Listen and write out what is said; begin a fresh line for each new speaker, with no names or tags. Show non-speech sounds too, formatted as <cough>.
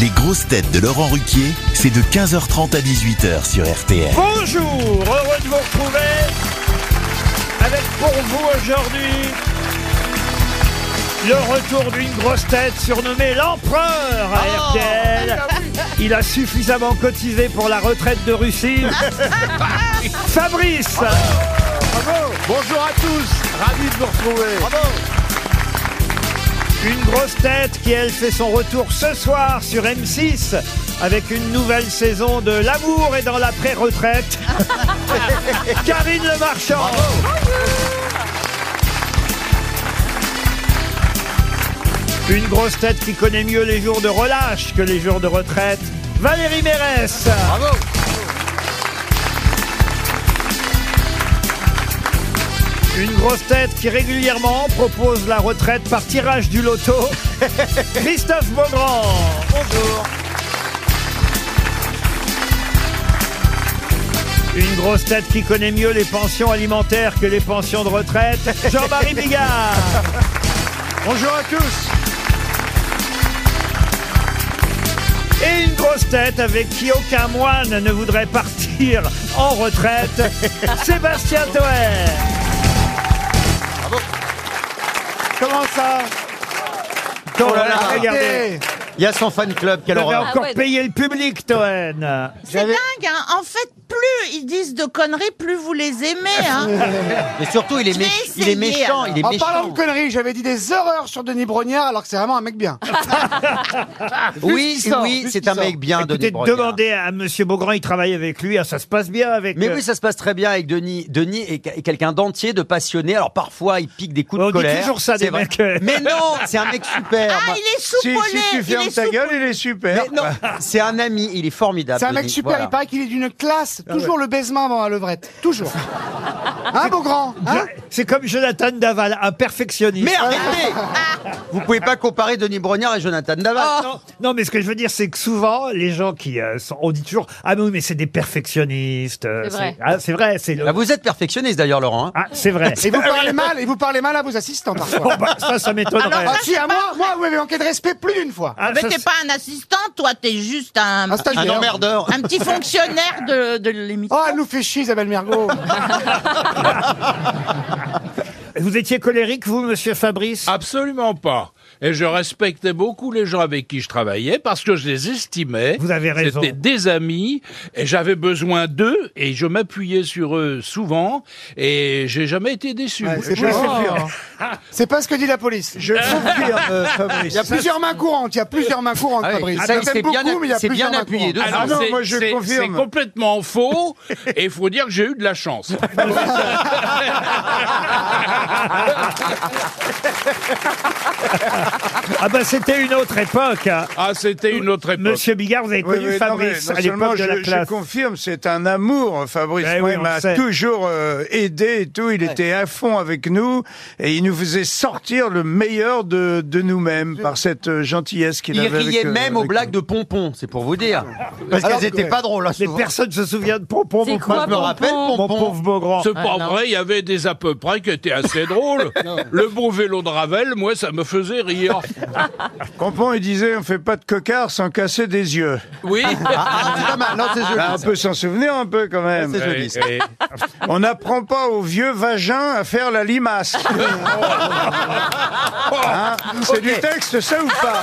Les grosses têtes de Laurent Ruquier, c'est de 15h30 à 18h sur RTL.
Bonjour, heureux de vous retrouver avec pour vous aujourd'hui le retour d'une grosse tête surnommée l'empereur à
Oh,
RTL. Il a suffisamment cotisé pour la retraite de
<laughs>
Russie. Fabrice
Bonjour à tous, ravi de vous retrouver.
Une grosse tête qui, elle, fait son retour ce soir sur M6 avec une nouvelle saison de L'amour et dans la
<laughs>
pré-retraite. Karine Le Marchand. Une grosse tête qui connaît mieux les jours de relâche que les jours de retraite. Valérie Mérès.
Bravo.
Une grosse tête qui régulièrement propose la retraite par tirage du loto. <laughs> Christophe Beaugrand. Bonjour. Une grosse tête qui connaît mieux les pensions alimentaires que les pensions de
<laughs>
retraite. Jean-Marie Bigard.
Bonjour à tous.
Et une grosse tête avec qui aucun moine ne voudrait partir en
<laughs>
retraite. Sébastien Toer.
Comment ça
Toer,
Oh là là,
regardez.
arrêtez.
Il y a son fan club, quelle
Vous avez
horreur.
encore
Ah ouais.
payé le public, Toen.
C'est dingue, hein. En fait, plus ils disent de conneries, plus vous les aimez, hein.
Mais surtout, il est,
Je vais
mé- il est
essayer,
méchant, il est
En parlant
méchant.
de conneries, j'avais dit des horreurs sur Denis Brognard alors que c'est vraiment un mec
Ah,
bien.
Oui,
Juste, il sort,
oui,
juste,
c'est
il
un
sort.
mec bien,
Écoutez,
Denis Brognard.
demandez à Monsieur Beaugrand, il travaille avec lui, ah, ça se passe bien avec.
Mais
euh,
oui, ça se passe très bien avec Denis. Denis est, est quelqu'un d'entier, de passionné. Alors parfois, il pique des coups
On
de
dit
colère.
toujours ça des
c'est vrai.
mecs, euh.
Mais non, c'est un mec super.
Ah, il est soupolé. il est soupolé.
il est super.
Mais non, c'est un ami, il est formidable.
C'est un mec
Denis,
super,
voilà.
il paraît qu'il est d'une classe. Toujours le baisement avant la levrette. Toujours. Hein, beau grand hein
je- C'est comme Jonathan Daval, un perfectionniste.
Mais arrêtez Vous pouvez pas comparer Denis Brognard et Jonathan Daval.
Non, non, mais ce que je veux dire, c'est que souvent, les gens qui euh, sont- on dit toujours, ah mais oui, mais c'est des perfectionnistes. euh,
C'est vrai.
ah, c'est vrai, c'est le-
Bah, vous êtes perfectionniste d'ailleurs, Laurent. hein.
Ah, c'est vrai.
Et vous parlez mal, et vous parlez mal à vos assistants
Bon,
parfois.
bah, ça, ça m'étonnerait.
Ah si, à moi, moi, vous m'avez manqué de respect plus d'une fois.
Ah,
Mais
ça,
t'es
c'est-
pas un assistant, toi, t'es juste un,
Un stagiaire.
Un emmerdeur.
un petit fonctionnaire de, de l'émission.
Oh, elle nous fait chier, Isabelle Ah, Mergo.
Vous étiez colérique, vous, Monsieur Fabrice
Ah, Absolument pas. Et je respectais beaucoup les gens avec qui je travaillais parce que je les estimais.
Vous avez raison.
C'était des amis et j'avais besoin d'eux et je m'appuyais sur eux souvent et j'ai jamais été déçu.
C'est pas- C'est pas ce que dit la police.
Je
Il y a plusieurs mains courantes, il y a plusieurs mains courantes,
Ah oui,
Fabrice.
ça,
Je
il s'est
t'aime beaucoup,
bien-
mais il y a
c'est
plusieurs
bien
mains
appuyé
courantes.
dessus.
Alors,
Ah non,
c'est- c'est- C'est complètement faux et il faut dire que j'ai eu de la chance.
Ah bah c'était une autre époque. hein.
Ah, c'était une autre époque.
Monsieur Bigard, vous avez
Oui,
connu
oui, non, mais
Fabrice
non
à l'époque
seulement
de
je,
la
je
classe.
confirme, c'est un amour, Fabrice.
Eh
Moi,
oui,
il
on le
m'a
sait.
toujours euh, aidé et tout. Il était à fond avec nous et il nous faisait sortir le meilleur de, de nous-mêmes par cette euh, gentillesse qu'il
Il
avait. avec,
riait
euh,
même aux
avec
blagues de Pompon, c'est pour vous dire. Parce
Alors,
qu'elles étaient
ouais.
pas drôles. hein,
Les
souvent.
personnes se souviennent de Pompon,
C'est
mon
quoi,
Moi, je me
Pompon
rappelle
Mon
Pompon.
pauvre Beaugrand.
C'est
Ah,
pas vrai, il y avait des à peu près qui étaient assez drôles. Le beau vélo de Ravel, moi, ça me faisait rire.
nous. Pompon, il disait, on fait pas de cocard sans casser des yeux.
Oui. <laughs>
Ah, c'est pas mal. Non, c'est joli.
Là, on
ça.
peut s'en souvenir un peu quand même.
C'est joli, ça.
Et- et-
On n'apprend pas aux vieux vagins à faire la
<laughs>
limace. Hein c'est du texte, ça ou pas